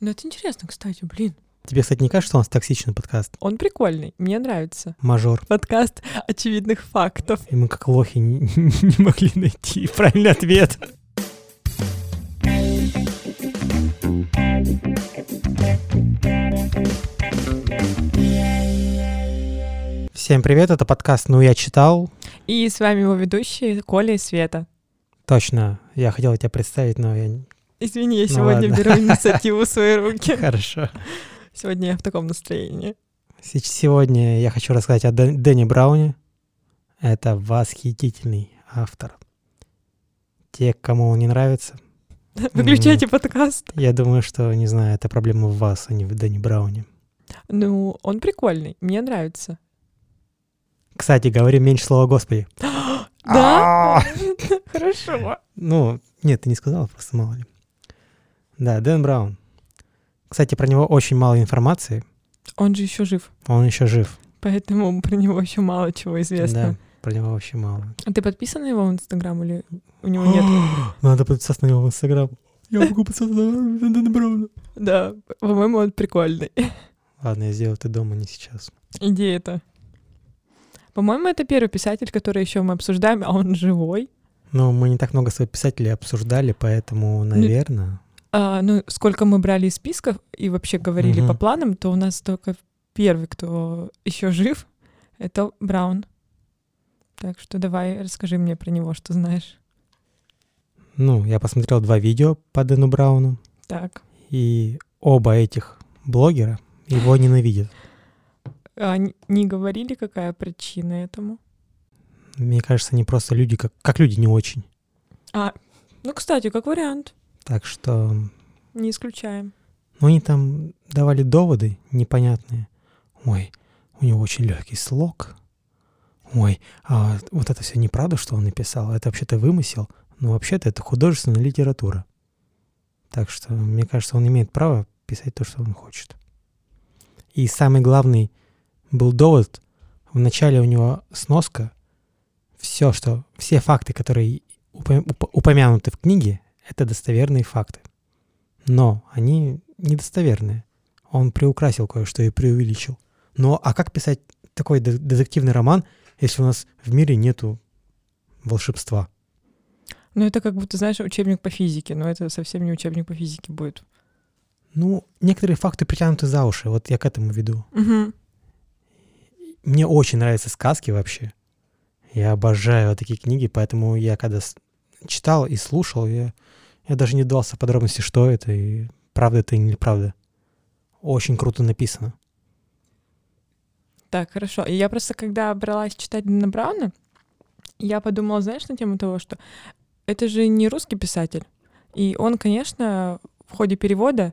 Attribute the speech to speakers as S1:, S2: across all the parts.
S1: Ну, это интересно, кстати, блин.
S2: Тебе, кстати, не кажется, что у нас токсичный подкаст?
S1: Он прикольный, мне нравится.
S2: Мажор.
S1: Подкаст очевидных фактов.
S2: И мы как лохи не, не могли найти правильный ответ. Всем привет, это подкаст «Ну, я читал».
S1: И с вами его ведущие Коля и Света.
S2: Точно, я хотел тебя представить, но я... не-
S1: Извини, я
S2: Ну
S1: сегодня
S2: ладно.
S1: беру инициативу в свои руки.
S2: Хорошо.
S1: Сегодня я в таком настроении.
S2: Се- Сегодня я хочу рассказать о Дэн- Дэнни Брауне. Это восхитительный автор. Те, кому он не нравится,
S1: Выключайте подкаст.
S2: я думаю, что, не знаю, это проблема в вас, а не в Дэнни Брауне.
S1: Ну, он прикольный, мне нравится.
S2: Кстати, говори меньше слова «Господи».
S1: Да? Хорошо.
S2: Ну, нет, ты не сказала, просто мало ли. Да, Дэн Браун. Кстати, про него очень мало информации.
S1: Он же еще жив,
S2: Он еще жив.
S1: поэтому про него еще мало чего
S2: Да,
S1: известно.
S2: про него вообще мало.
S1: А ты подписан на его в Инстаграм или у него нет?
S2: Надо подписаться на него в Инстаграм. Я могу подписаться на Дэна Брауна.
S1: Да, по-моему, он прикольный.
S2: Ладно, я сделаю это дома, не сейчас.
S1: Идея это. По-моему, это первый писатель, который еще мы обсуждаем, а он живой.
S2: Но Ну, мы не так много своих писателей обсуждали, поэтому, наверное...
S1: А, ну, сколько мы брали из списков и вообще говорили
S2: Мгм.
S1: по планам, то у нас только первый, кто еще жив, это Браун. Так что давай расскажи мне про него, что знаешь.
S2: Ну, я посмотрел два видео по Дэну Брауну,
S1: Так.
S2: и оба этих блогера его ненавидят.
S1: А, н- не говорили, какая причина этому?
S2: Мне кажется, они просто люди, как, как люди не очень.
S1: Ну, кстати, как вариант.
S2: Так что,
S1: Не исключаем.
S2: ну, они там давали доводы непонятные. Ой, у него очень легкий слог. Ой, а вот это все неправда, что он написал, а это вообще-то вымысел. Но вообще-то это художественная литература. Так что, мне кажется, он имеет право писать то, что он хочет. И самый главный был довод. Вначале у него сноска. Все, что, все факты, которые упо- уп- упомянуты в книге, это достоверные факты. Но они недостоверные. Он приукрасил кое-что и преувеличил. Но а как писать такой де- детективный роман, если у нас в мире нету волшебства?
S1: Ну, это как будто, знаешь, учебник по физике, но это совсем не учебник по физике будет.
S2: Ну, некоторые факты притянуты за уши, вот я к этому веду.
S1: Угу.
S2: Мне очень нравятся сказки вообще. Я обожаю вот такие книги, поэтому я когда с- читал и слушал, я, я даже не вдавался в подробности, что это и правда это или неправда. Очень круто написано.
S1: Так, хорошо. И Я просто, когда бралась читать Дэна Брауна, я подумала, знаешь, на тему того, что это же не русский писатель. И он, конечно, в ходе перевода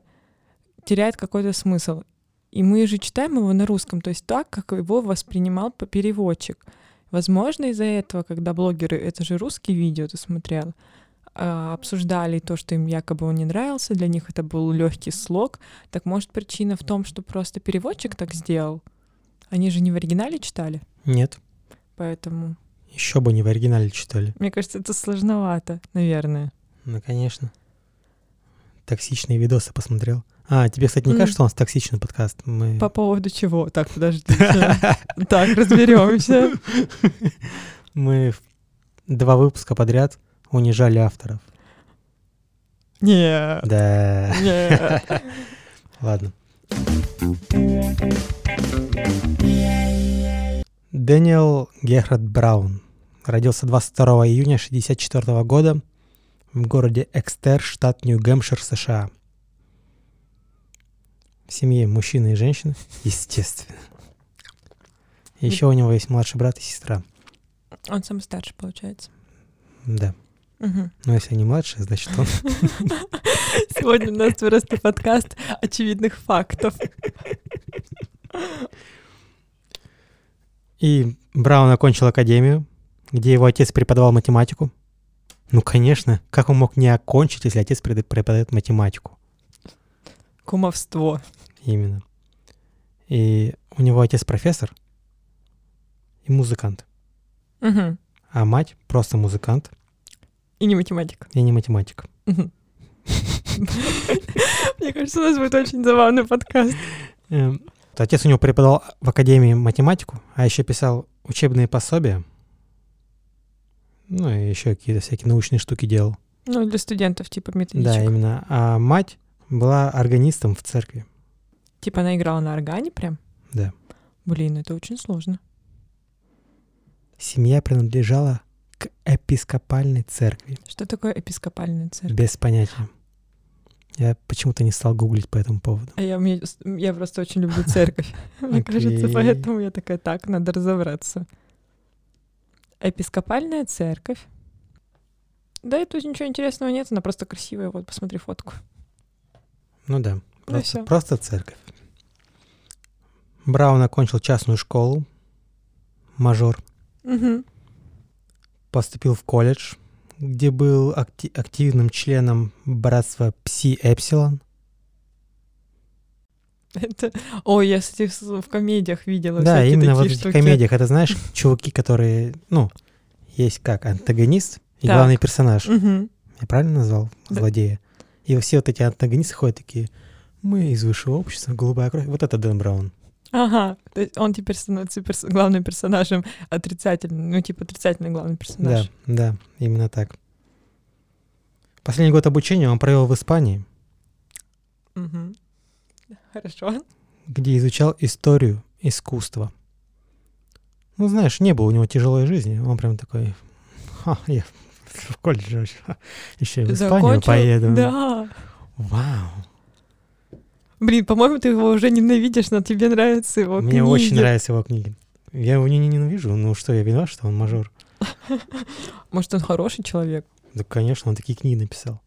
S1: теряет какой-то смысл. И мы же читаем его на русском, то есть так, как его воспринимал п- переводчик. Возможно, из-за этого, когда блогеры, это же русские видео ты смотрел, а, обсуждали то, что им якобы он не нравился, для них это был легкий слог. Так может причина в том, что просто переводчик так сделал? Они же не в оригинале читали,
S2: Нет,
S1: поэтому
S2: еще бы не в оригинале читали.
S1: мне кажется, это сложновато, наверное.
S2: Ну, конечно. Токсичные видосы посмотрел. А, тебе, кстати, не
S1: М.
S2: кажется, что у нас токсичный подкаст? Мы...
S1: По поводу чего? Так, подожди. Так, разберемся.
S2: Мы в- два выпуска подряд унижали авторов.
S1: Нет.
S2: Да.
S1: Нет.
S2: Ладно. Дэниел Герхард Браун родился 22 июня 1964 года в городе Экстер, штат Нью-Гэмпшир, США. В семье мужчины и женщины, естественно. Еще у него есть младший брат и сестра.
S1: Он самый старший, получается.
S2: Да.
S1: Мгм.
S2: Но если они младшие, значит он.
S1: Сегодня у нас просто подкаст очевидных фактов.
S2: И Браун окончил академию, где его отец преподавал математику. Ну, конечно, как он мог не окончить, если отец преда- преподает математику?
S1: Кумовство.
S2: Именно. И у него отец профессор и музыкант.
S1: Мгм.
S2: А мать просто музыкант
S1: И не математика.
S2: и не математик.
S1: Мгм. Мне кажется, у нас будет очень забавный подкаст.
S2: Эм, Отец у него преподавал в академии математику, а еще писал учебные пособия. Ну и еще какие-то всякие научные штуки делал.
S1: Ну, для студентов, типа
S2: Да,
S1: методичек.
S2: именно. А мать была органистом в церкви.
S1: Типа она играла на органе прям?
S2: Да.
S1: Блин, это очень сложно.
S2: Семья принадлежала к эпископальной церкви.
S1: Что такое эпископальная церковь?
S2: Без понятия. Я почему-то не стал гуглить по этому поводу.
S1: А я, мне- я просто очень люблю церковь. Мне кажется,
S2: Окей.
S1: поэтому я такая, так, надо разобраться. Эпископальная церковь. Да, и тут ничего интересного нет, она просто красивая. Вот, посмотри фотку.
S2: Ну да, просто,
S1: всё.
S2: просто церковь. Браун окончил частную школу, мажор,
S1: Мгм.
S2: поступил в колледж, где был акти- активным членом братства Пси Эпсилон.
S1: Это... Ой, я, кстати, с- в комедиях видела
S2: Да,
S1: Ну, всякие такие
S2: именно вот в этих
S1: штуки.
S2: комедиях. Это знаешь, чуваки, которые, ну, есть как антагонист и
S1: Так.
S2: главный персонаж.
S1: Мгм.
S2: Я правильно назвал
S1: Да.
S2: злодея? И все вот эти антагонисты ходят такие, мы из высшего общества, голубая кровь. Вот это Дэн Браун.
S1: Ага, то есть он теперь становится перс- главным персонажем отрицательным, ну, типа отрицательный главный персонаж.
S2: Да, да, именно так. Последний год обучения он провел в Испании,
S1: Мгм. Хорошо.
S2: где изучал историю искусства. Ну, знаешь, не было у него тяжелой жизни. Он прям такой, «Ха, я в колледже еще и в Испанию
S1: Закончил?
S2: поеду.
S1: Да.
S2: Вау.
S1: Блин, по-моему, ты его уже ненавидишь, но тебе нравится его
S2: Мне
S1: книги.
S2: очень нравятся его книги. Я его не не ненавижу. Ну что, я виноват, что он мажор?
S1: Может, он хороший человек?
S2: Да, конечно, он такие книги написал.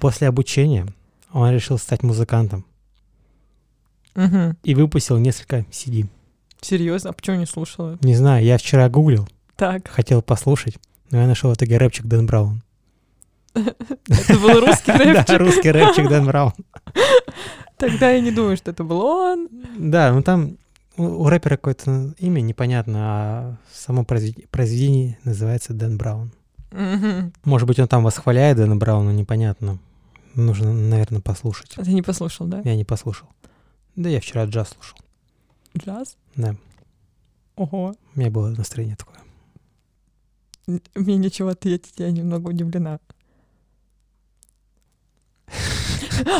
S2: После обучения он решил стать музыкантом
S1: Угу.
S2: и выпустил несколько CD.
S1: Серьезно, а почему не слушала?
S2: Не знаю, я вчера гуглил,
S1: Так,
S2: хотел послушать, но я нашел это рэпчик Дэн Браун.
S1: это был русский
S2: Да,
S1: рэпчик.
S2: русский рэпчик Дэн Браун.
S1: Тогда я не думаю, что это был он.
S2: Да, ну там у у рэпера какое-то имя непонятно, а само произве- произведение называется Дэн Браун.
S1: Мгм.
S2: Может быть, он там восхваляет Дэна Брауна, непонятно. Нужно, наверное, послушать.
S1: А Ты не послушал, да?
S2: Я не послушал. Да я вчера джаз слушал.
S1: Джаз?
S2: Да,
S1: Ого.
S2: у меня было настроение такое.
S1: Н- Мне нечего ответить, я немного удивлена.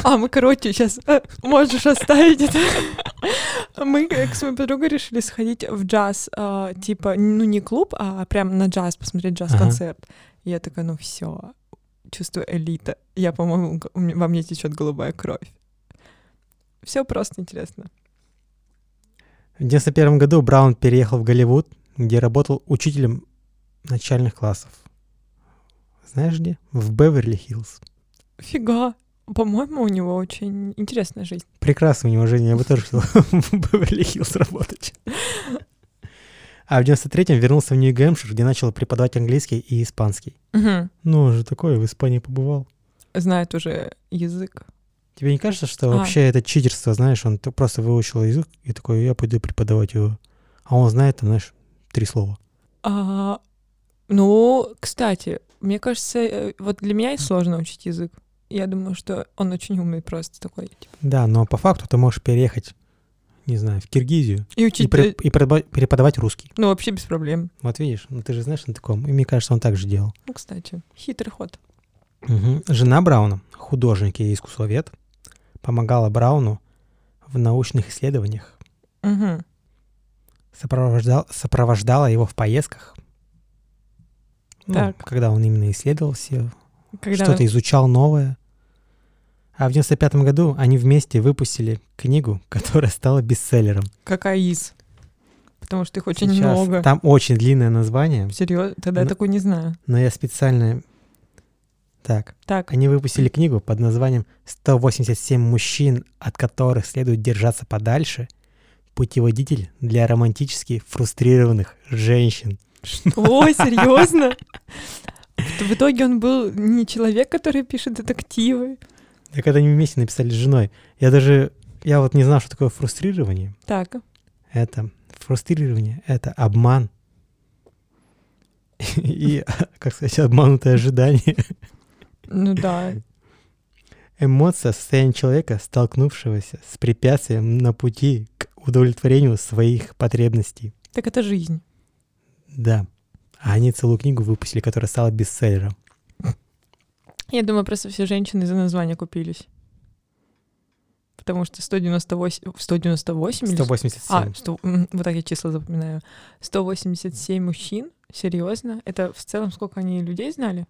S1: А, мы, короче, сейчас можешь оставить это. Мы к- с моей подругой решили сходить в джаз, а, типа, ну не клуб, а прям на джаз, посмотреть джаз-концерт. Я такая, ну все, чувствую элита. Я, по-моему, г- у м- во мне течет голубая кровь. Все просто интересно.
S2: В 91 году Браун переехал в Голливуд, где работал учителем начальных классов. Знаешь где? В Беверли-Хиллз.
S1: Фига. По-моему, у него очень интересная жизнь.
S2: Прекрасное у него жизнь, я бы тоже хотел в Беверли-Хиллз работать. А в 93-м вернулся в Нью-Гэмпшир, где начал преподавать английский и испанский.
S1: Мгм.
S2: Ну, он же такое, в Испании побывал.
S1: Знает уже язык.
S2: Тебе не кажется, что
S1: А.
S2: вообще это читерство, знаешь, он т- просто выучил язык и такой, я пойду преподавать его. А он знает, там, знаешь, три слова.
S1: А, ну, кстати, мне кажется, э, вот для меня и сложно учить язык. Я думаю, что он очень умный просто такой. типа.
S2: Да, но по факту ты можешь переехать, не знаю, в Киргизию
S1: И
S2: и,
S1: учить,
S2: пре-
S1: э,
S2: и предаба- преподавать русский.
S1: ну, вообще без проблем.
S2: Вот видишь, ну ты же знаешь на таком. И мне кажется, он так же делал.
S1: Ну, кстати, хитрый ход.
S2: Мгм. Жена Брауна, художник и искусствовед, помогала Брауну в научных исследованиях,
S1: Мгм.
S2: сопровождал, сопровождала его в поездках. Ну,
S1: Так.
S2: когда он именно исследовал все,
S1: Когда...
S2: что-то изучал новое. А в 95 году они вместе выпустили книгу, которая стала бестселлером.
S1: Какая из? Потому что их очень
S2: Сейчас Ну.
S1: много.
S2: Там очень длинное название,
S1: Серьезно? Тогда я
S2: На-
S1: такой не знаю.
S2: но я специально... Так,
S1: Так,
S2: Они выпустили книгу под названием «187 мужчин, от которых следует держаться подальше. Путеводитель для романтически фрустрированных женщин».
S1: о, серьезно? В в итоге он был не человек, который пишет детективы.
S2: Так это они вместе написали с женой. Я даже... Я вот не знал, что такое фрустрирование.
S1: Так,
S2: Это фрустрирование, это обман. И, как сказать, обманутое ожидание.
S1: ну да.
S2: Эмоция — состояние человека, столкнувшегося с препятствием на пути к удовлетворению своих потребностей.
S1: Так это жизнь.
S2: Да. А они целую книгу выпустили, которая стала бестселлером.
S1: Я думаю, просто все женщины за название купились. Потому что 198... 198 или...
S2: 187.
S1: А, 100, м, вот так я числа запоминаю. 187 мужчин, серьезно? Это в целом сколько они людей знали?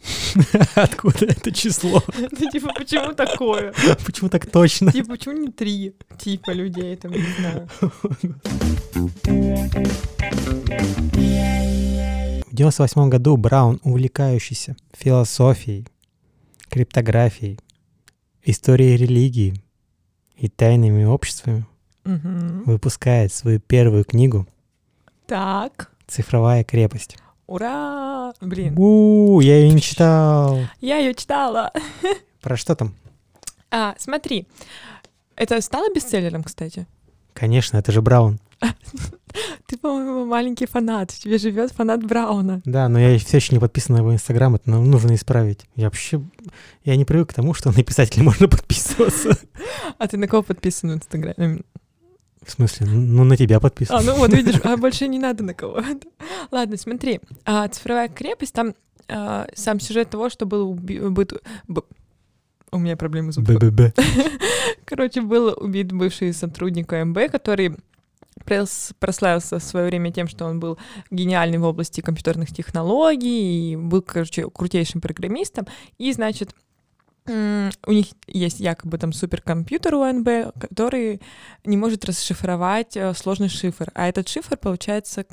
S2: А. Откуда это число?
S1: Ну, типа, почему такое?
S2: Почему так точно?
S1: Типа, почему не три типа людей, там, не знаю.
S2: В 1998 году Браун, увлекающийся философией, криптографией, историей религии и тайными обществами,
S1: Мгм.
S2: выпускает свою первую книгу
S1: Так,
S2: «Цифровая крепость».
S1: ура! Блин,
S2: У, я ее не читал.
S1: я ее читала.
S2: Про что там?
S1: А, смотри, это стало бестселлером, кстати?
S2: Конечно, это же Браун.
S1: Ты, по-моему, маленький фанат. В тебе живет фанат Брауна.
S2: Да, но я все еще не подписан на его инстаграм, это нам нужно исправить. Я вообще... Я не привык к тому, что на писателя можно подписываться.
S1: А ты на кого подписан в Инстаграме?
S2: В смысле? Ну, на тебя
S1: А,
S2: подписан.
S1: ну вот, видишь, а больше не надо на кого. Ладно, смотри. А, цифровая крепость, там а, сам сюжет того, что был уби- быт- б- У меня проблемы с зубами.
S2: БББ.
S1: Короче, был убит бывший сотрудник ОМБ, который прос- прославился в свое время тем, что он был гениальный в области компьютерных технологий, и был, короче, крутейшим программистом. И, значит, м, у них есть якобы там суперкомпьютер у ОНБ, который не может расшифровать э, сложный шифр. А этот шифр, получается...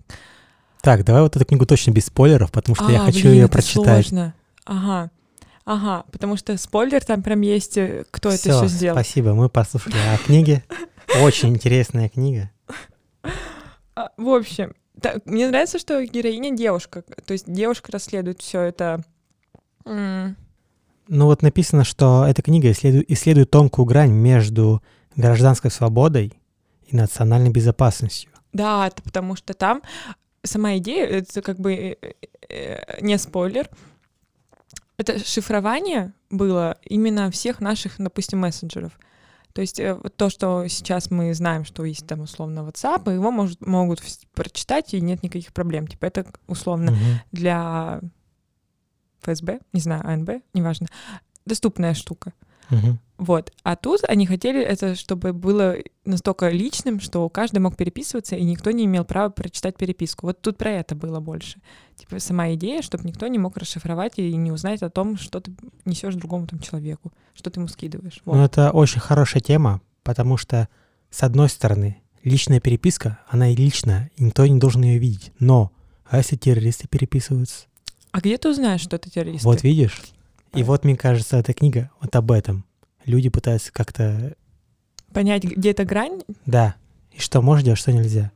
S2: Так, давай вот эту книгу точно без спойлеров, потому что я
S1: А,
S2: хочу
S1: блин,
S2: ее
S1: это
S2: прочитать.
S1: сложно. Ага. Ага, потому что спойлер там прям есть, э, кто это
S2: Всё,
S1: все сделал.
S2: спасибо, мы послушали о книге. Очень интересная книга.
S1: А, В общем, та- мне нравится, что героиня девушка. То есть девушка расследует все это. М,
S2: Ну вот написано, что эта книга исследу- исследует тонкую грань между гражданской свободой и национальной безопасностью.
S1: Да, это потому что там сама идея, это как бы э, э, не спойлер. Это шифрование было именно всех наших, допустим, мессенджеров. То есть э, вот то, что сейчас мы знаем, что есть там условно WhatsApp, его может, могут вс- прочитать, и нет никаких проблем. Типа это условно
S2: Мгм.
S1: для ФСБ, не знаю, АНБ, неважно, доступная штука.
S2: Мгм.
S1: Вот. А тут они хотели это, чтобы было настолько личным, что каждый мог переписываться, и никто не имел права прочитать переписку. Вот тут про это было больше. Типа сама идея, чтобы никто не мог расшифровать и не узнать о том, что ты несешь другому там человеку, что ты ему скидываешь. Вот.
S2: Ну это очень хорошая тема, потому что, с одной стороны, личная переписка, она и личная, и никто не должен ее видеть. Но, а если террористы переписываются?
S1: А где ты узнаешь, что ты террорист?
S2: Вот видишь? И
S1: Да.
S2: вот, мне кажется, эта книга вот об этом. Люди пытаются как-то...
S1: Понять, где эта грань?
S2: Да. И что можно делать, что нельзя.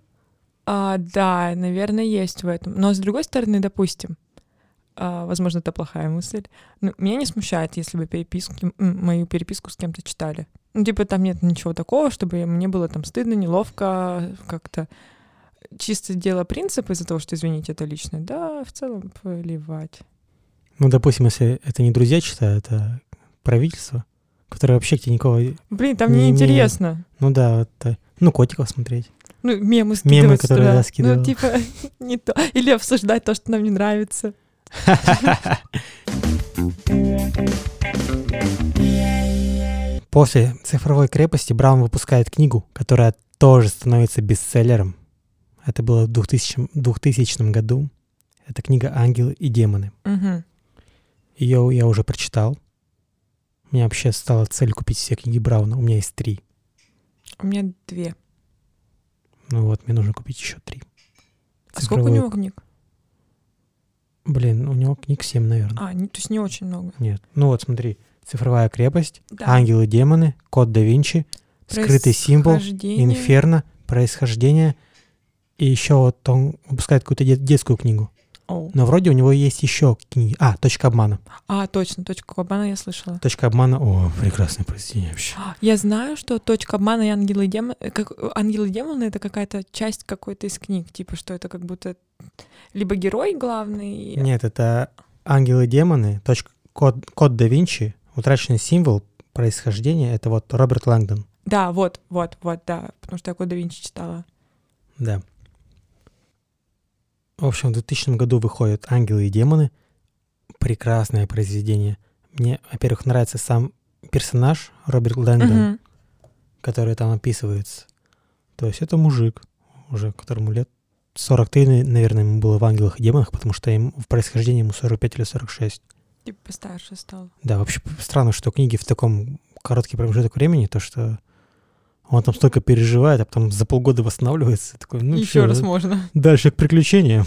S1: А, да, наверное, есть в этом. Но с другой стороны, допустим, а, возможно, это плохая мысль. Но меня не смущает, если бы переписки, м, мою переписку с кем-то читали. Ну, типа, там нет ничего такого, чтобы мне было там стыдно, неловко, как-то чисто дело принципа из-за того, что, извините, это личное. Да, в целом плевать.
S2: Ну, допустим, если это не друзья читают, а правительство, которое вообще к тебе никого...
S1: Блин, там
S2: Не
S1: мне
S2: имею.
S1: интересно.
S2: Ну да, вот, э, ну, котиков смотреть.
S1: Ну, мемы скидывать
S2: которые
S1: туда.
S2: я скидывала.
S1: Ну, типа, не то. Или обсуждать то, что нам не нравится.
S2: После «Цифровой крепости» Браун выпускает книгу, которая тоже становится бестселлером. Это было в 2000, 2000 году. Это книга «Ангелы и демоны».
S1: Мгм.
S2: Ее я уже прочитал. У меня вообще стала цель купить все книги Брауна. У меня есть три.
S1: У меня две.
S2: Ну вот, мне нужно купить еще три.
S1: А сколько у
S2: Цифровой-
S1: него книг?
S2: Блин, у него книг семь, наверное.
S1: А, не- то есть не очень много. А,
S2: Нет. Ну вот, смотри. «Цифровая крепость»,
S1: Да.
S2: «Ангелы и демоны», «Код да Винчи», «Скрытый символ»,
S1: Происхождение.
S2: «Инферно», «Происхождение». И еще вот он выпускает какую-то де- детскую книгу.
S1: Оу.
S2: Но вроде у него есть еще книги. А, «Точка обмана».
S1: А, точно, точку обмана я слышала.
S2: «Точка обмана». О, прекрасное произведение вообще.
S1: А, Я знаю, что точка обмана и ангелы и демоны... э, Как... Ангелы и демоны — это какая-то часть какой-то из книг. Типа, что это как будто либо герой главный...
S2: Нет, это «Ангелы и демоны», точка, код, «Код да Винчи», Утраченный символ происхождения — это вот Роберт Лэнгдон.
S1: Да, вот, вот, вот, да, потому что я Кода Винчи читала.
S2: Да. В общем, в 2000 году выходит «Ангелы и демоны». Прекрасное произведение. Мне, во-первых, нравится сам персонаж Роберт Лэнгдон,
S1: Мгм.
S2: который там описывается. То есть это мужик, уже которому лет 43, на- наверное, ему было в «Ангелах и демонах», потому что им, в происхождении ему 45 или 46.
S1: Типа постарше стал.
S2: Да, вообще п- странно, что книги в таком короткий промежуток времени, то что он там столько переживает, а потом за полгода восстанавливается. Такой, ну
S1: Еще
S2: всё,
S1: раз можно.
S2: дальше к приключениям.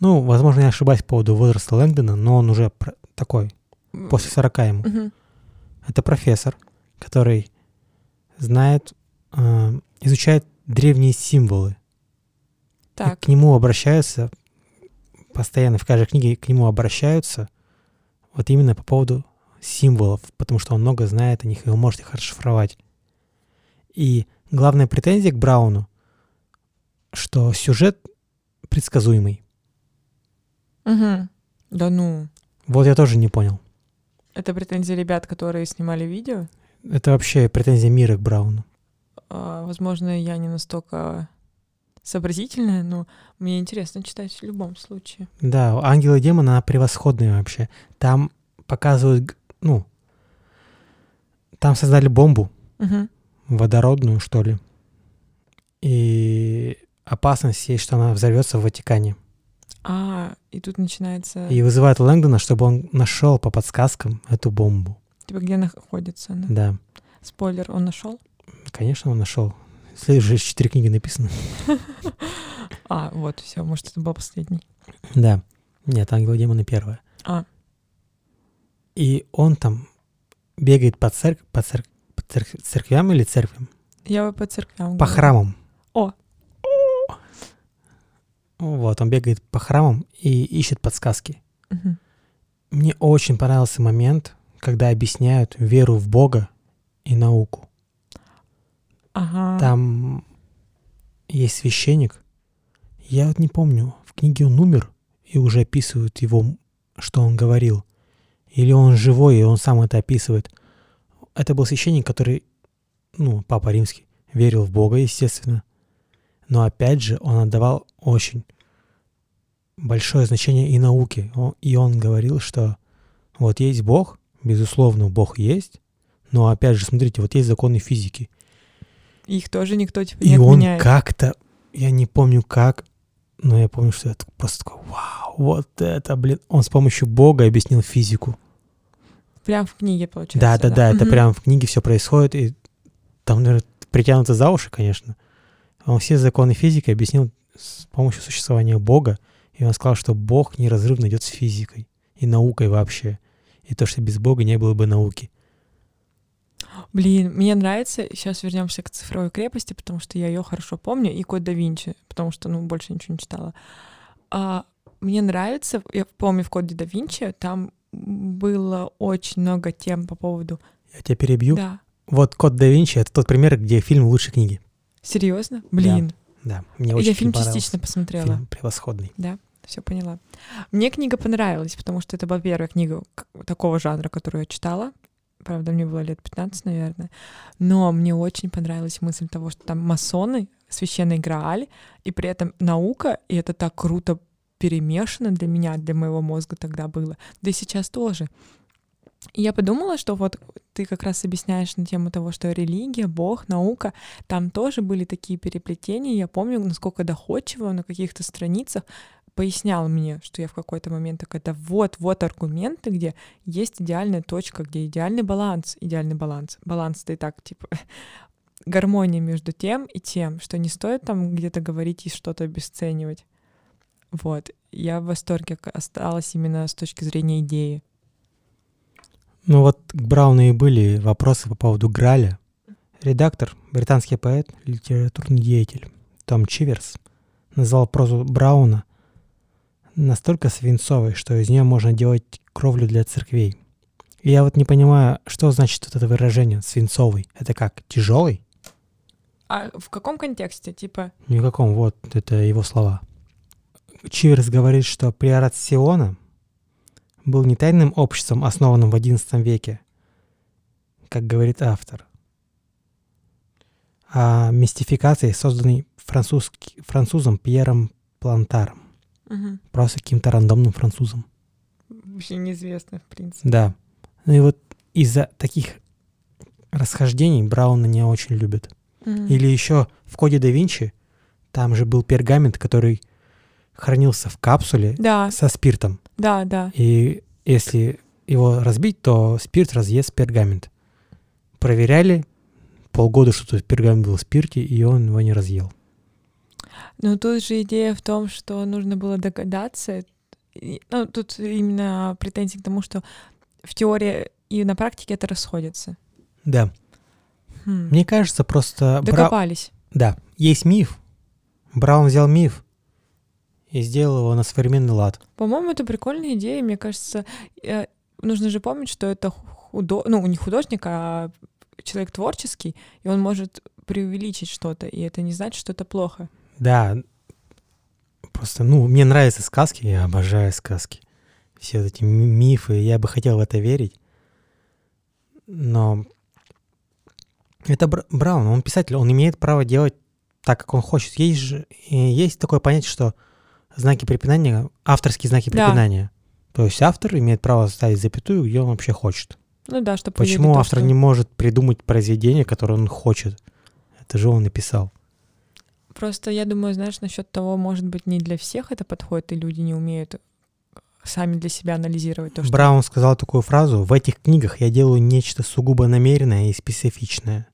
S2: Ну, возможно, я ошибаюсь по поводу возраста Лэнгдона, но он уже пр- такой, после 40 ему.
S1: Мгм.
S2: Это профессор, который знает, э, изучает древние символы. И
S1: Так,
S2: К нему обращаются, постоянно в каждой книге к нему обращаются, вот именно по поводу символов, потому что он много знает о них, и он может их расшифровать. И главная претензия к Брауну, что сюжет предсказуемый.
S1: Мгм. Да ну.
S2: Вот я тоже не понял.
S1: Это претензии ребят, которые снимали видео.
S2: Это вообще претензия мира к Брауну.
S1: А, Возможно, я не настолько сообразительная, но мне интересно читать в любом случае.
S2: Да, «Ангел и демон» она превосходная вообще. Там показывают, г- ну, там создали бомбу
S1: Мгм.
S2: водородную, что ли. И опасность есть, что она взорвется в Ватикане.
S1: А, и тут начинается...
S2: И вызывает Лэнгдона, чтобы он нашел по подсказкам эту бомбу.
S1: Типа, где находится она?
S2: Да,
S1: Спойлер, он нашел?
S2: конечно, он нашел. Следующие четыре книги написаны.
S1: А, вот, все, может, это был последний.
S2: Да. Нет, «Ангел и демоны» первая.
S1: А.
S2: И он там бегает по, церк... по, церк- по церк- церквям или церквям?
S1: Я по церквям.
S2: По
S1: говорю.
S2: храмам.
S1: О.
S2: Ну Вот, он бегает по храмам и ищет подсказки.
S1: Мгм.
S2: Мне очень понравился момент, когда объясняют веру в Бога и науку.
S1: Ага.
S2: Там есть священник. Я вот не помню, в книге он умер, и уже описывают его, м, что он говорил. Или он живой, и он сам это описывает. Это был священник, который, ну, папа римский, верил в Бога, естественно. Но опять же, он отдавал очень большое значение и науке. О- И он говорил, что вот есть Бог, безусловно, Бог есть, но опять же, смотрите, вот есть законы физики.
S1: Их тоже никто, типа, не
S2: И он
S1: отменяет.
S2: как-то, я не помню как, но я помню, что я так- просто такой, вау, вот это, блин. Он с помощью Бога объяснил физику.
S1: Прям в книге, получается.
S2: Да, да, да, это
S1: Мгм.
S2: прям в книге все происходит, и там, наверное, притянуто за уши, конечно. Он все законы физики объяснил с помощью существования Бога, и он сказал, что Бог неразрывно идет с физикой и наукой вообще. И то, что без Бога не было бы науки.
S1: Блин, мне нравится. Сейчас вернемся к цифровой крепости, потому что я ее хорошо помню, и Код да Винчи, потому что, ну, больше ничего не читала. А, мне нравится, я помню, в Коде да Винчи там было очень много тем по поводу...
S2: Я тебя перебью.
S1: Да.
S2: Вот «Код да Винчи» — это тот пример, где фильм лучше книги.
S1: Серьезно? Блин.
S2: Да, мне очень
S1: я фильм
S2: понравился.
S1: частично посмотрела.
S2: Фильм превосходный.
S1: Все поняла. Мне книга понравилась, потому что это была первая книга к- такого жанра, которую я читала. Правда, мне было лет 15, наверное. Но мне очень понравилась мысль того, что там масоны, священный Грааль, и при этом наука, и это так круто перемешано для меня, для моего мозга тогда было. Да и сейчас тоже. И я подумала, что вот ты как раз объясняешь на тему того, что религия, Бог, наука, там тоже были такие переплетения. Я помню, насколько доходчиво на каких-то страницах пояснял мне, что я в какой-то момент такая, да вот, вот аргументы, где есть идеальная точка, где идеальный баланс, идеальный баланс. Баланс ты и так, типа, гармония между тем и тем, что не стоит там где-то говорить и что-то обесценивать. Вот. Я в восторге к- осталась именно с точки зрения идеи.
S2: Ну вот к Брауну и были вопросы по поводу Граля. Редактор, британский поэт, литературный деятель Том Чиверс назвал прозу Брауна настолько свинцовой, что из нее можно делать кровлю для церквей. И я вот не понимаю, что значит вот это выражение «свинцовый». Это как, тяжелый?
S1: А в каком контексте? Типа,
S2: Ни в каком, вот это его слова. Чиверс говорит, что приорат Сиона был не тайным обществом, основанным в XI веке, как говорит автор, а мистификацией, созданной французски- французом Пьером Плантаром,
S1: Мгм.
S2: просто каким-то рандомным французом.
S1: Вообще неизвестно, в принципе.
S2: Да. Ну и вот из-за таких расхождений Брауна не очень любят.
S1: Мгм.
S2: Или еще в коде да Винчи там же был пергамент, который хранился в капсуле
S1: Да,
S2: со спиртом.
S1: да, да.
S2: И если его разбить, то спирт разъест пергамент. Проверяли полгода, что тут пергамент был в спирте, и он его не разъел.
S1: Но тут же идея в том, что нужно было догадаться. И, ну, тут именно претензии к тому, что в теории и на практике это расходится.
S2: Да.
S1: Хм.
S2: Мне кажется, просто... Бра-
S1: Докопались.
S2: Да, есть миф. Браун взял миф и сделал его на современный лад.
S1: По-моему, это прикольная идея. Мне кажется, э, нужно же помнить, что это худо... ну, не художник, а человек творческий, и он может преувеличить что-то, и это не значит, что это плохо.
S2: Да, просто, ну, мне нравятся сказки, я обожаю сказки. Все вот эти ми- мифы, я бы хотел в это верить. Но это Бр- Браун, он писатель, он имеет право делать так, как он хочет. Есть же, э, есть такое понятие, что знаки препинания, авторские знаки
S1: Да.
S2: препинания. То есть автор имеет право ставить запятую, где он вообще хочет.
S1: Ну да, чтобы
S2: Почему автор не может придумать произведение, которое он хочет? Это же он написал.
S1: Просто я думаю, знаешь, насчет того, может быть, не для всех это подходит, и люди не умеют э, сами для себя анализировать то, что...
S2: Браун сказал такую фразу «В этих книгах я делаю нечто сугубо намеренное и специфичное.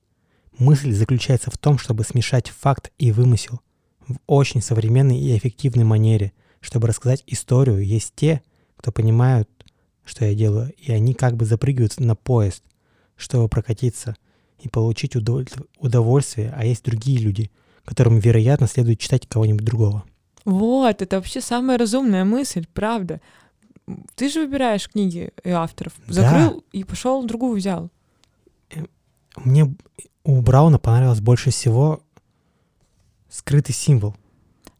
S2: Мысль заключается в том, чтобы смешать факт и вымысел в очень современной и эффективной манере, чтобы рассказать историю. Есть те, кто понимают, что я делаю, и они как бы запрыгивают на поезд, чтобы прокатиться и получить удоволь- удовольствие, а есть другие люди, которым, вероятно, следует читать кого-нибудь другого.
S1: Вот, это вообще самая разумная мысль, правда. М, Ты же выбираешь книги и авторов.
S2: Да.
S1: Закрыл и пошел другую взял.
S2: Мне б- у Брауна понравилось больше всего скрытый символ.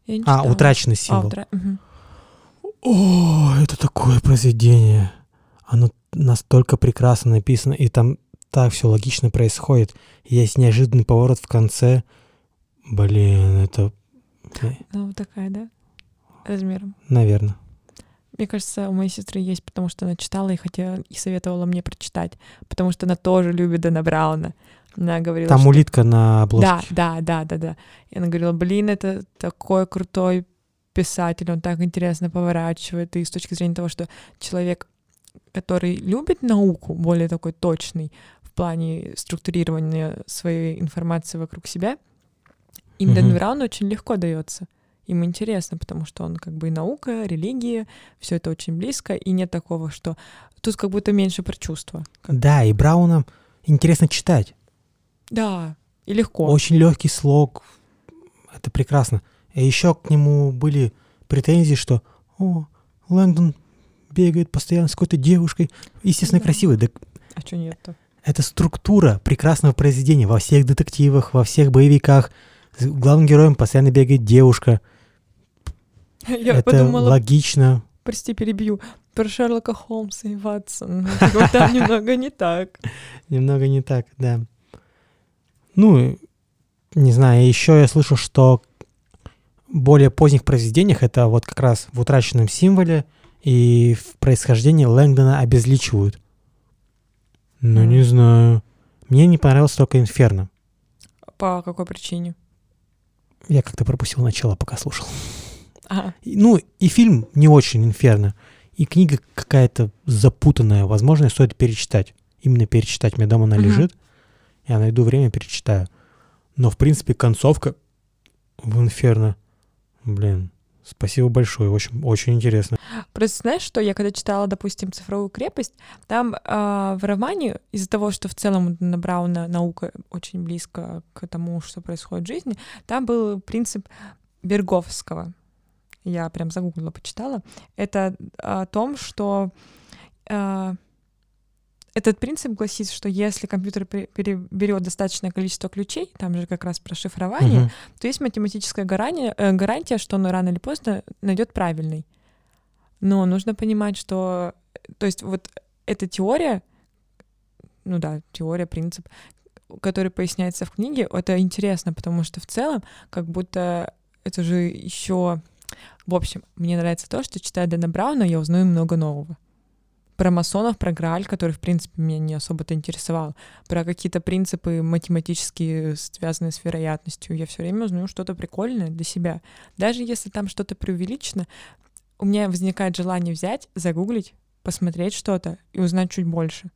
S1: Я не
S2: А,
S1: читала.
S2: утраченный
S1: А,
S2: символ.
S1: утра- мгм.
S2: О, это такое произведение. Оно настолько прекрасно написано, и там так все логично происходит. Есть неожиданный поворот в конце. Блин, это... э,
S1: Ну, вот такая, да? Размером.
S2: Наверное.
S1: Мне кажется, у моей сестры есть, потому что она читала и хотела и советовала мне прочитать, потому что она тоже любит Дэна Брауна. Она говорила,
S2: Там
S1: что...
S2: улитка на обложке.
S1: Да, да, да, да, да. И она говорила, блин, это такой крутой писатель, он так интересно поворачивает. И с точки зрения того, что человек, который любит науку, более такой точный в плане структурирования своей информации вокруг себя, им
S2: Мгм.
S1: Дэн Браун очень легко дается. Им интересно, потому что он как бы и наука, религия, все это очень близко, и нет такого, что тут как будто меньше про чувства.
S2: Да, и Брауна интересно читать.
S1: Да, и легко.
S2: Очень легкий слог. Это прекрасно. И еще к нему были претензии, что о, Лэндон бегает постоянно с какой-то девушкой. Естественно,
S1: Да.
S2: красивый. Да
S1: А что нет-то?
S2: это структура прекрасного произведения во всех детективах, во всех боевиках. С главным героем постоянно бегает девушка.
S1: Я
S2: это
S1: подумала,
S2: логично.
S1: Прости, перебью. Про Шерлока Холмса и Ватсона. Вот там немного не так.
S2: Немного не так, да. Ну, и, не знаю, еще я слышал, что в более поздних произведениях это вот как раз в утраченном символе и в происхождении Лэнгдона обезличивают. Ну,
S1: М.
S2: не знаю. Мне не понравилось только «Инферно».
S1: По какой причине?
S2: Я как-то пропустил начало, пока слушал.
S1: А,
S2: И- Ну, и фильм не очень «Инферно», и книга какая-то запутанная. Возможно, стоит перечитать. Именно перечитать. У меня дома она
S1: Мгм.
S2: лежит. Я найду время, перечитаю. Но, в принципе, концовка в «Инферно». Блин, спасибо большое. Очень, очень интересно.
S1: просто знаешь, что я когда читала, допустим, «Цифровую крепость», там а, в романе из-за того, что в целом у Дэна Брауна наука очень близко к тому, что происходит в жизни, там был принцип Берговского. Я прям загуглила, почитала. Это о том, что а, этот принцип гласит, что если компьютер пре- переберет достаточное количество ключей, там же как раз про шифрование,
S2: Мгм.
S1: то есть математическая гарания- э, гарантия, что он рано или поздно найдет правильный. Но нужно понимать, что то есть вот эта теория, ну да, теория, принцип, который поясняется в книге, это интересно, потому что в целом как будто это же еще... В общем, мне нравится то, что читая Дэна Брауна, я узнаю много нового. Про масонов, про Грааль, который, в принципе, меня не особо-то интересовал. Про какие-то принципы математические, связанные с вероятностью. Я все время узнаю что-то прикольное для себя. Даже если там что-то преувеличено, у меня возникает желание взять, загуглить, посмотреть что-то и узнать чуть больше.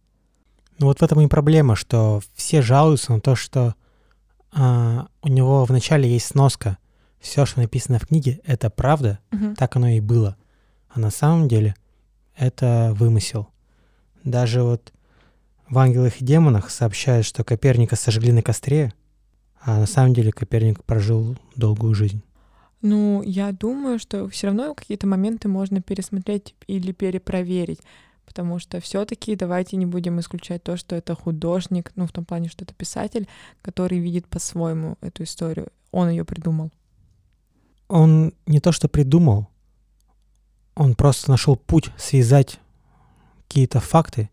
S2: Ну вот в этом и проблема, что все жалуются на то, что а, у него вначале есть сноска. Все, что написано в книге, это правда,
S1: Мгм.
S2: так оно и было. А на самом деле это вымысел. Даже вот в «Ангелах и демонах» сообщают, что Коперника сожгли на костре, а на самом деле Коперник прожил долгую жизнь.
S1: Ну, я думаю, что все равно какие-то моменты можно пересмотреть или перепроверить, потому что все-таки давайте не будем исключать то, что это художник, ну, в том плане, что это писатель, который видит по-своему эту историю. Он ее придумал.
S2: Он не то что придумал, он просто нашел путь связать какие-то факты,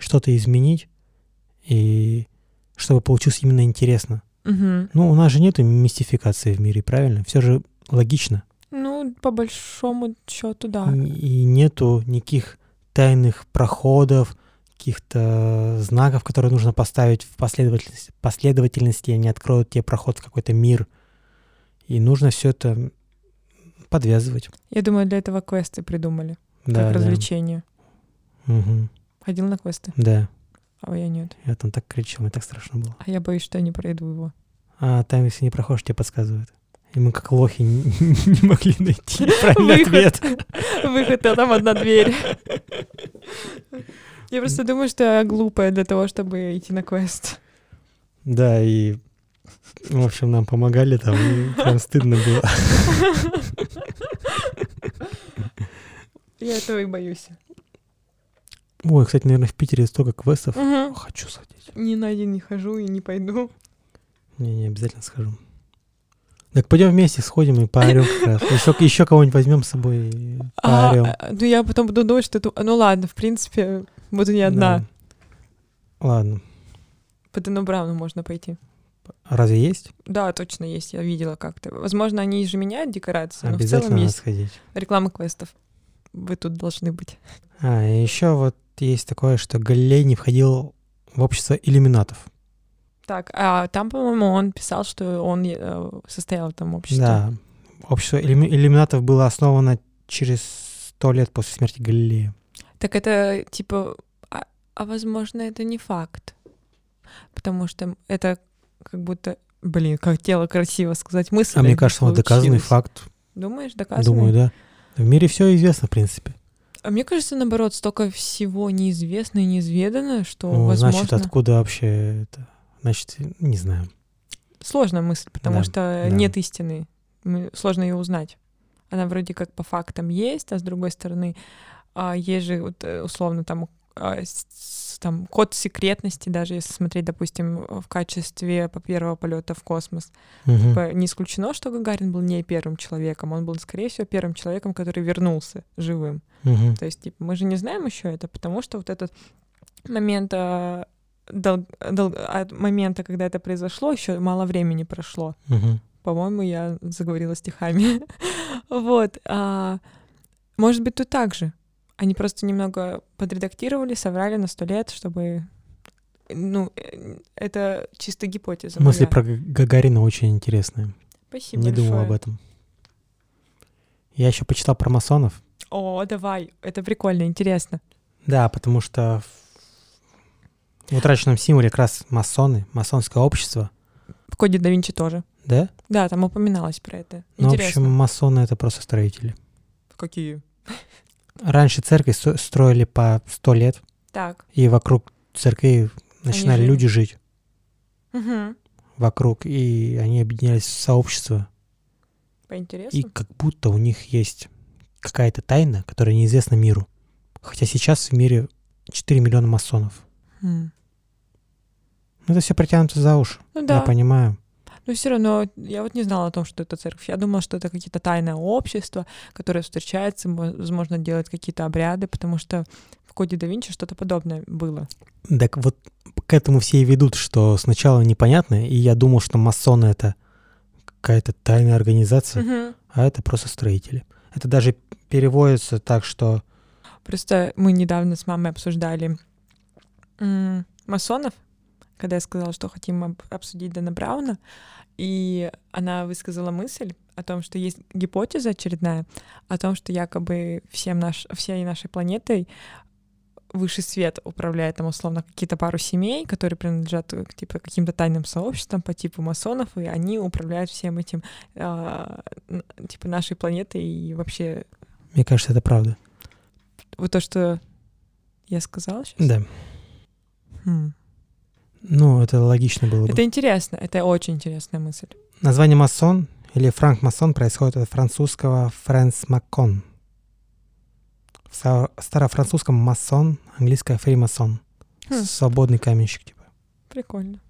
S2: что-то изменить, и чтобы получилось именно интересно.
S1: Мгм.
S2: Ну, у нас же нет мистификации в мире, правильно? Все же логично.
S1: Ну, по большому счету, да.
S2: Н- И нету никаких тайных проходов, каких-то знаков, которые нужно поставить в последовательности, последовательности, и они откроют тебе проход в какой-то мир. И нужно все это подвязывать.
S1: Я думаю, для этого квесты придумали,
S2: Да,
S1: как
S2: да.
S1: развлечение.
S2: Мгм.
S1: Ходил на квесты,
S2: да,
S1: а я нет.
S2: я там так кричал, мне так страшно было.
S1: А я боюсь, что я не пройду его.
S2: А там, если не проходишь, тебе подсказывают. И мы как лохи не не могли найти правильный
S1: Выход.
S2: ответ.
S1: Выход, а там одна дверь. Я просто думаю, что я глупая для того, чтобы идти на квест.
S2: Да, и в общем, нам помогали там, и прям стыдно было.
S1: Я этого и боюсь.
S2: Ой, кстати, наверное, в Питере столько квестов.
S1: Мгм.
S2: Хочу сходить.
S1: Ни на один не хожу и не пойду.
S2: Не, не, обязательно схожу. Так пойдем вместе сходим и поорем как раз. Еще, еще кого-нибудь возьмем с собой и
S1: А,
S2: поорем.
S1: а, ну я потом буду думать, что это... Ну ладно, в принципе, буду не одна.
S2: Да. Ладно.
S1: По Дэну Брауну можно пойти.
S2: А Разве есть?
S1: Да, точно есть, я видела как-то. Возможно, они же меняют декорации, но в
S2: обязательно
S1: целом
S2: надо
S1: есть
S2: сходить.
S1: реклама квестов. Вы тут должны быть.
S2: А, и еще вот есть такое, что Галилей не входил в общество иллюминатов.
S1: Так, а там, по-моему, он писал, что он э, состоял в этом обществе.
S2: Да. Общество иллюми- иллюминатов было основано через сто лет после смерти Галилея.
S1: Так это типа, а, а возможно, это не факт. Потому что это как будто, блин, как тело красиво сказать мысль.
S2: А мне
S1: это
S2: кажется, он доказанный
S1: случилось.
S2: факт.
S1: Думаешь, доказанный?
S2: Думаю, да. В мире все известно, в принципе.
S1: А мне кажется, наоборот, столько всего неизвестно и неизведано, что,
S2: Ну,
S1: возможно,
S2: значит, откуда вообще это? Значит, не знаю.
S1: сложная мысль, потому
S2: Да,
S1: что
S2: да.
S1: нет истины. М, Сложно ее узнать. Она вроде как по фактам есть, а с другой стороны, а, есть же вот, э, условно там, а, с- с- там код секретности, даже если смотреть, допустим, в качестве по первого полета в космос.
S2: Мгм.
S1: Типа, Не исключено, что Гагарин был не первым человеком, он был, скорее всего, первым человеком, который вернулся живым.
S2: Мгм.
S1: То есть, типа, мы же не знаем еще это, потому что вот этот момент а, дол- дол- от момента, когда это произошло, еще мало времени прошло.
S2: Мгм.
S1: По-моему, я заговорила стихами. вот. а, может быть, тут так же. Они просто немного подредактировали, соврали на сто лет, чтобы... Ну, э, это чисто гипотеза.
S2: Мысли
S1: моя.
S2: про Га- Гагарина очень интересные.
S1: Спасибо
S2: Не думал
S1: большое.
S2: об этом. Я еще почитал про масонов.
S1: О, давай. Это прикольно, интересно.
S2: Да, потому что в- в утраченном символе как раз масоны, масонское общество,
S1: В коде да Винчи тоже.
S2: да?
S1: Да, там упоминалось про это.
S2: Ну, в
S1: Интересно.
S2: общем, масоны — это просто строители.
S1: Какие?
S2: Раньше церковь сто- строили по сто лет,
S1: Так.
S2: и вокруг церкви начинали
S1: жили.
S2: люди жить.
S1: Угу.
S2: вокруг, и они объединялись в сообщество.
S1: Поинтересно.
S2: И как будто у них есть какая-то тайна, которая неизвестна миру. Хотя сейчас в мире 4 миллиона масонов.
S1: М.
S2: Ну, это все протянуто за уши,
S1: Хм. Ну да.
S2: я понимаю.
S1: Но все Ну, равно я вот не знала о том, что это церковь. Я думала, что это какие-то тайное общество, которое встречается, мо- возможно, делает какие-то обряды, потому что в Коде да Винчи что-то подобное было.
S2: Так вот к этому все и ведут, что сначала непонятно, и я думал, что масоны это какая-то тайная организация, а это просто строители. Это даже переводится так, что
S1: Просто мы недавно с мамой обсуждали м, масонов, когда я сказала, что хотим об- обсудить Дэна Брауна, и она высказала мысль о том, что есть гипотеза очередная о том, что якобы всем наш, всей нашей планетой высший свет управляет там условно какие-то пару семей, которые принадлежат э, к, типа каким-то тайным сообществам по типу масонов, и они управляют всем этим а, н- типа нашей планетой и вообще
S2: мне кажется, это правда.
S1: вот то, что я сказала сейчас.
S2: Да. Ну, это логично было бы.
S1: Это интересно, это очень интересная мысль.
S2: Название масон или франк масон происходит от французского фрэнс макон. В са- старофранцузском масон, английское фримасон.
S1: Хм.
S2: Свободный каменщик, типа.
S1: Прикольно.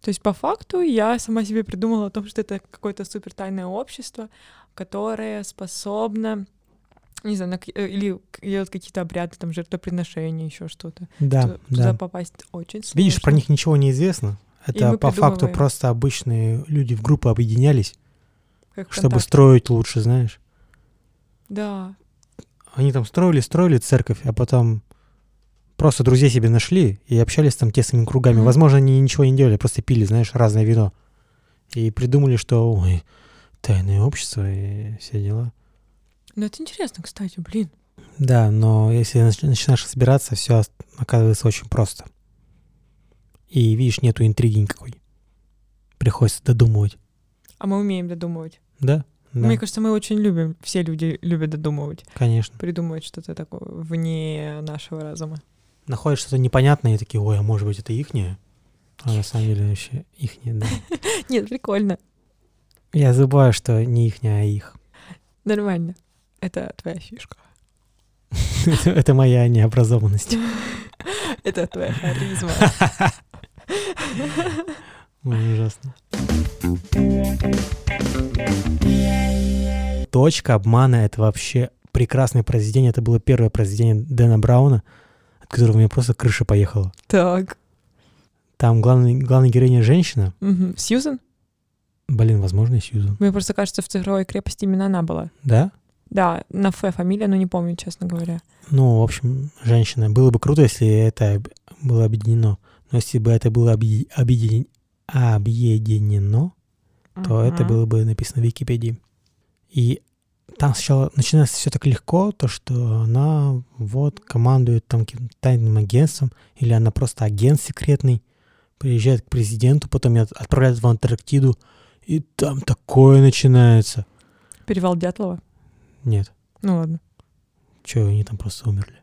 S1: То есть по факту я сама себе придумала о том, что это какое-то супер тайное общество, которое способно, не знаю, на к- э, или к- делать какие-то обряды, там жертвоприношения, еще что-то.
S2: Да,
S1: Ту-
S2: да.
S1: Туда попасть очень сложно.
S2: Видишь, про них ничего не известно. Это
S1: мы
S2: по факту
S1: придумываем.
S2: просто обычные люди в группы объединялись,
S1: как
S2: чтобы
S1: ВКонтакте.
S2: строить лучше, знаешь.
S1: Да.
S2: Они там строили, строили церковь, а потом просто друзей себе нашли и общались там тесными кругами.
S1: Мгм.
S2: Возможно, они ничего не делали, просто пили, знаешь, разное вино. И придумали, что ой, тайное общество и все дела.
S1: Но это интересно, кстати, блин.
S2: Да, но если нач- начинаешь разбираться, все оказывается очень просто. И видишь, нету интриги никакой. Приходится додумывать.
S1: А мы умеем додумывать.
S2: Да? Да,
S1: Мне кажется, мы очень любим, все люди любят додумывать,
S2: конечно.
S1: придумывать что-то такое вне нашего разума.
S2: Находишь что-то непонятное и такие, ой, а может быть это ихнее? А на самом деле вообще ихнее, да.
S1: Нет, прикольно.
S2: Я забываю, что не ихнее, а их.
S1: Нормально. Это твоя фишка.
S2: Это моя необразованность.
S1: Это твоя харизма.
S2: Ой, ужасно. Точка обмана это вообще прекрасное произведение. Это было первое произведение Дэна Брауна, от которого у меня просто крыша поехала.
S1: Так.
S2: Там главный, главная героиня женщина.
S1: Мгм. Сьюзен?
S2: Блин, возможно, и Сьюзан.
S1: Мне просто кажется, в цифровой крепости именно она была.
S2: Да?
S1: Да, на Ф фамилия, но не помню, честно говоря.
S2: Ну, в общем, женщина. Было бы круто, если это об- было объединено. Но если бы это было объе- объедин- объединено, то это
S1: Мгм.
S2: было бы написано в Википедии. И там сначала начинается все так легко, то, что она вот командует там каким-то тайным агентством, или она просто агент секретный, приезжает к президенту, потом её отправляют в Антарктиду, и там такое начинается.
S1: Перевал Дятлова.
S2: Нет,
S1: Ну ладно.
S2: что они там просто умерли.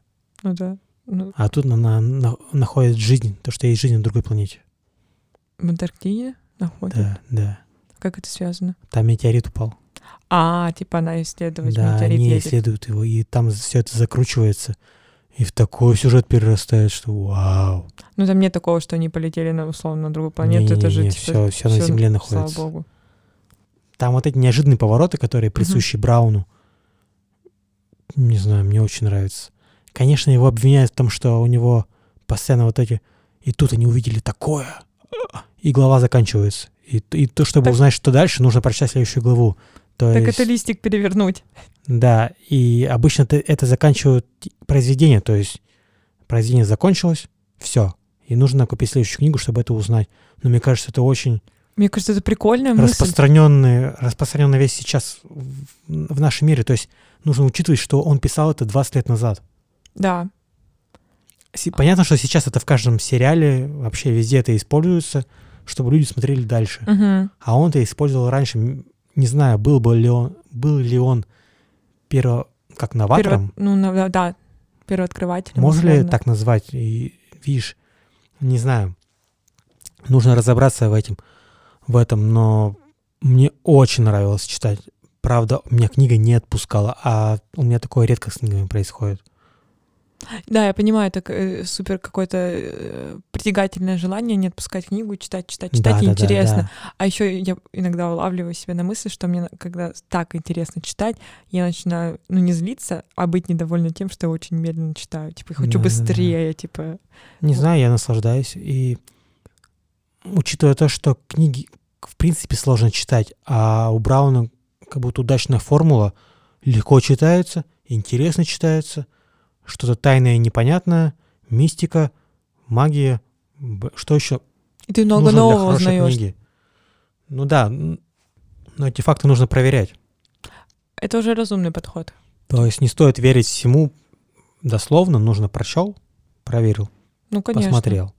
S1: Ну да. Ну,
S2: А тут она на- находит жизнь, то, что есть жизнь на другой планете.
S1: в Антарктиде находят.
S2: Да, да.
S1: Как это связано?
S2: Там метеорит упал.
S1: А, типа она исследовать
S2: Да,
S1: метеорит
S2: они
S1: едет.
S2: исследуют его, и там все это закручивается. И в такой сюжет перерастает, что вау.
S1: Ну там нет такого, что они полетели на условно на другую планету. это же типа,
S2: все, все на
S1: всё,
S2: Земле
S1: слава
S2: находится.
S1: богу.
S2: Там вот эти неожиданные повороты, которые присущи Брауну. Не знаю, мне очень нравится. Конечно, его обвиняют в том, что у него постоянно вот эти... И тут они увидели такое. И глава заканчивается. И, т- и то, чтобы
S1: Так-
S2: узнать, что дальше, нужно прочитать следующую главу. То
S1: Так
S2: есть-
S1: это листик перевернуть.
S2: Да, и обычно ты- это заканчивают произведение, то есть произведение закончилось, все. И нужно купить следующую книгу, чтобы это узнать. Но мне кажется, это очень
S1: Мне кажется, это прикольная мысль.
S2: распространенный, распространенная вещь сейчас в, в нашем мире. То есть нужно учитывать, что он писал это 20 лет назад.
S1: Да.
S2: Си- Понятно, что сейчас это в каждом сериале, вообще везде это используется, чтобы люди смотрели дальше.
S1: Мгм.
S2: А он-то использовал раньше, М, не знаю, был бы ли он, был ли он перво, как
S1: Перво-
S2: новатором,
S1: Ну, на- да, да, первооткрывателем.
S2: Можно ли
S1: условно.
S2: так назвать? И, видишь, не знаю. Нужно разобраться в этом, в этом, но мне очень нравилось читать. Правда, у меня книга не отпускала, а у меня такое редко с книгами происходит.
S1: Да, я понимаю, это э, супер какое-то э, притягательное желание не отпускать книгу, читать, читать, читать, и интересно. А еще я иногда улавливаю себя на мысли, что мне, когда так интересно читать, я начинаю, ну, не злиться, а быть недовольна тем, что я очень медленно читаю. Типа, хочу
S2: Да-да-да.
S1: быстрее, типа.
S2: Не
S1: Вот.
S2: знаю, я наслаждаюсь. И учитывая то, что книги в принципе сложно читать, а у Брауна как будто удачная формула легко читается, интересно читается, что-то тайное и непонятное, мистика, магия, б- что еще
S1: И ты много
S2: нужно для
S1: нового
S2: хорошей
S1: узнаешь.
S2: книги? Ну да, н- но эти факты нужно проверять.
S1: Это уже разумный подход.
S2: То есть не стоит верить всему дословно, нужно прочел, проверил,
S1: Ну, конечно.
S2: посмотрел.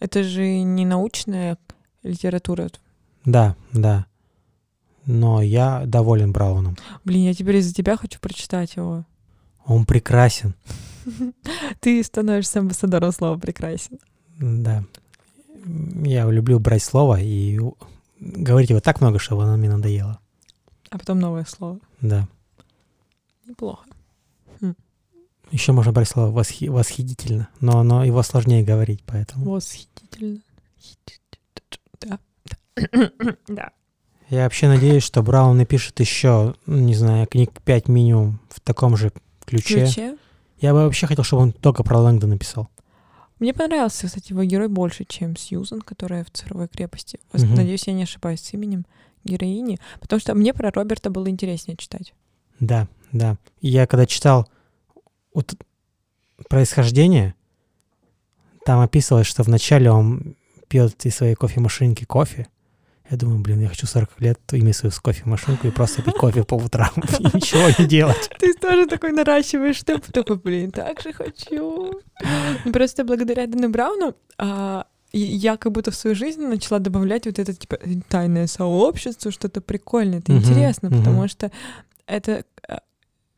S1: Это же не научная литература.
S2: Да, да. Но я доволен Брауном.
S1: Блин, я теперь из-за тебя хочу прочитать его.
S2: Он прекрасен.
S1: Ты становишься амбассадором слова прекрасен.
S2: Да. Я люблю брать слово и у- говорить его так много, что оно мне надоело.
S1: А потом новое слово.
S2: Да.
S1: Неплохо.
S2: Еще можно брать слово восхи- восхитительно, но оно его сложнее говорить, поэтому.
S1: Восхитительно. Да. Да.
S2: Я вообще надеюсь, что Браун напишет еще, не знаю, книг 5 минимум в таком же ключе.
S1: Ключе.
S2: Я бы вообще хотел, чтобы он только про Лэнгда написал.
S1: Мне понравился, кстати, его герой больше, чем Сьюзан, которая в «Цифровой крепости». Вот,
S2: Мгм.
S1: Надеюсь, я не ошибаюсь с именем героини, потому что мне про Роберта было интереснее читать.
S2: Да, да. И Я когда читал вот происхождение, там описывалось, что вначале он пьет из своей кофемашинки кофе. Я думаю, блин, я хочу 40 лет иметь свою кофемашинку и просто пить кофе по утрам и ничего не делать.
S1: Ты тоже такой наращиваешь темп, такой, блин, так же хочу. Ну, Просто благодаря Дэну Брауну а, и я как будто в свою жизнь начала добавлять вот это, типа, тайное сообщество, что-то прикольное, это
S2: Мгм,
S1: интересно,
S2: мгм.
S1: потому что это а,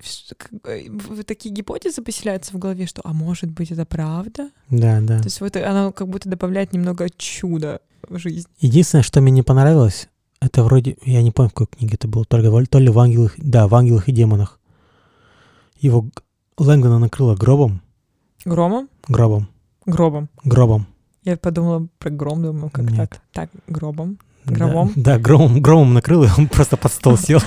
S1: вс- как бы, в- такие гипотезы поселяются в голове, что, а может быть, это правда?
S2: Да, да.
S1: То есть вот она как будто добавляет немного чуда в жизнь.
S2: Единственное, что мне не понравилось, это вроде, я не помню, в какой книге это было, то ли, в- то ли в «Ангелах», да, в «Ангелах и демонах». Его г- Лэнгдона накрыло гробом,
S1: Громом?
S2: гробом,
S1: Гробом.
S2: гробом.
S1: Я подумала про гром, думаю, как
S2: Нет.
S1: так. Так, гробом.
S2: Да,
S1: Гробом?
S2: Да, громом, громом накрыл, и он просто под стол сел.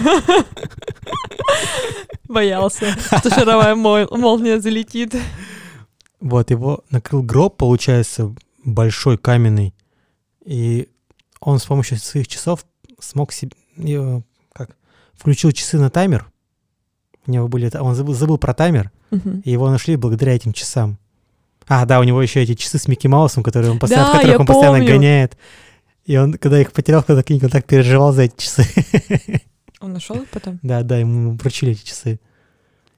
S1: Боялся, что шаровая мол- молния залетит.
S2: Вот, его накрыл гроб, получается, большой, каменный. И он с помощью своих часов смог себе... Как? Включил часы на таймер. У него были... та- Он забыл, забыл про таймер,
S1: Мгм.
S2: и его нашли благодаря этим часам. А, да, у него еще эти часы с Микки Маусом, которые он постоянно,
S1: Да,
S2: в которых
S1: я
S2: он постоянно
S1: помню.
S2: гоняет. И он, когда их потерял, когда книга, он так переживал за эти часы.
S1: Он нашел их потом?
S2: Да, да, ему вручили эти часы.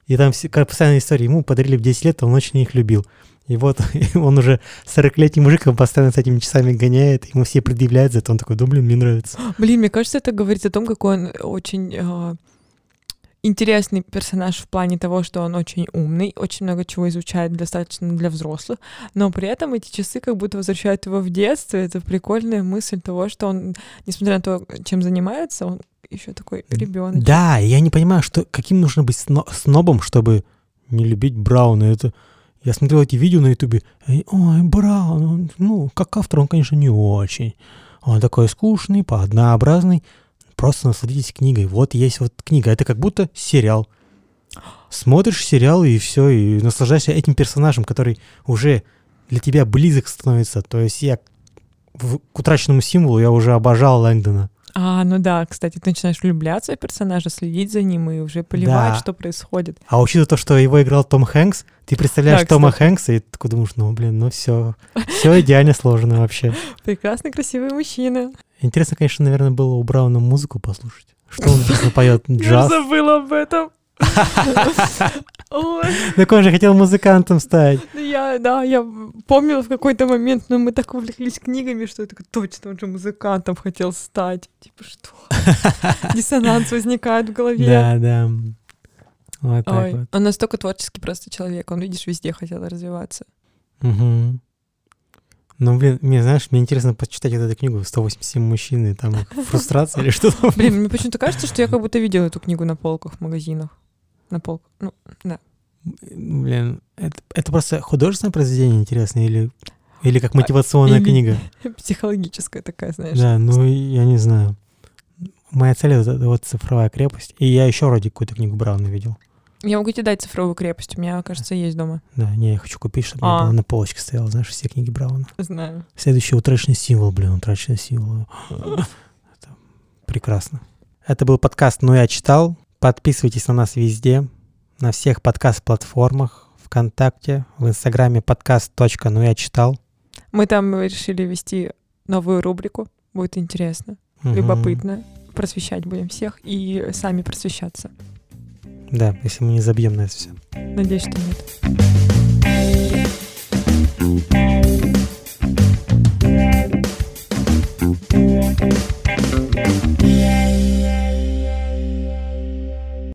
S2: И там все, как постоянная история, ему подарили в 10 лет, он очень их любил. И вот и он уже 40-летний мужик, он постоянно с этими часами гоняет, ему все предъявляют за это, он такой, да, блин, мне нравится.
S1: Блин, мне кажется, это говорит о том, какой он очень э, интересный персонаж в плане того, что он очень умный, очень много чего изучает достаточно для взрослых, но при этом эти часы как будто возвращают его в детство. Это прикольная мысль того, что он, несмотря на то, чем занимается, он еще такой ребенок.
S2: Да, и я не понимаю, что, каким нужно быть сно- снобом, чтобы не любить Брауна. Это я смотрел эти видео на Ютубе. и, Ой, Браун, он, ну, как автор он, конечно, не очень. Он такой скучный, по- однообразный. Просто насладитесь книгой. Вот есть вот книга. Это как будто сериал. Смотришь сериал и все, и наслаждаешься этим персонажем, который уже для тебя близок становится. То есть я в- к утраченному символу я уже обожал Лэнгдона.
S1: А, ну да, кстати, ты начинаешь влюбляться в персонажа, следить за ним и уже поливать,
S2: Да.
S1: что происходит.
S2: А учитывая то, что его играл Том Хэнкс, ты представляешь
S1: Да,
S2: Тома Хэнкса и ты такой думаешь, ну, блин, ну все, все идеально сложено вообще.
S1: Прекрасный, красивый мужчина.
S2: Интересно, конечно, наверное, было у Брауна музыку послушать. Что он обычно поет?
S1: Я же
S2: Джаз?
S1: забыла об этом. Ой,
S2: Так он же хотел музыкантом стать.
S1: ну я, да, я помнила в какой-то момент, но мы так увлеклись книгами, что я такая, точно, он же музыкантом хотел стать. Типа, что? Диссонанс возникает в голове.
S2: Да, да. Вот так
S1: Ой,
S2: вот.
S1: он настолько творческий просто человек, он, видишь, везде хотел развиваться.
S2: Мгм. Ну, блин, мне, знаешь, мне интересно почитать вот эту книгу «187 мужчин» и там их фрустрация или что-то.
S1: Блин, мне почему-то кажется, что я как будто видела эту книгу на полках в магазинах. На полках, ну, да.
S2: Блин, это, это просто художественное произведение интересно или, или как мотивационная
S1: или-
S2: книга?
S1: Психологическая такая, знаешь.
S2: Да, ну я не знаю. Моя цель это вот цифровая крепость. И я еще вроде какую-то книгу Брауна видел.
S1: Я могу тебе дать цифровую крепость, у меня, кажется, есть дома.
S2: Да, не, я хочу купить, чтобы у меня
S1: А.
S2: была на полочке стояла, знаешь, все книги Брауна.
S1: Знаю.
S2: Следующий утраченный символ, блин, утраченный символ. Это прекрасно. Это был подкаст «Ну я читал». Подписывайтесь на нас везде, на всех подкаст-платформах, ВКонтакте, в Инстаграме подкаст точка «Ну я читал».
S1: Мы там решили вести новую рубрику. Будет интересно,
S2: Мгм.
S1: любопытно. Просвещать будем всех и сами просвещаться.
S2: Да, если мы не забьем на это все.
S1: Надеюсь, что нет.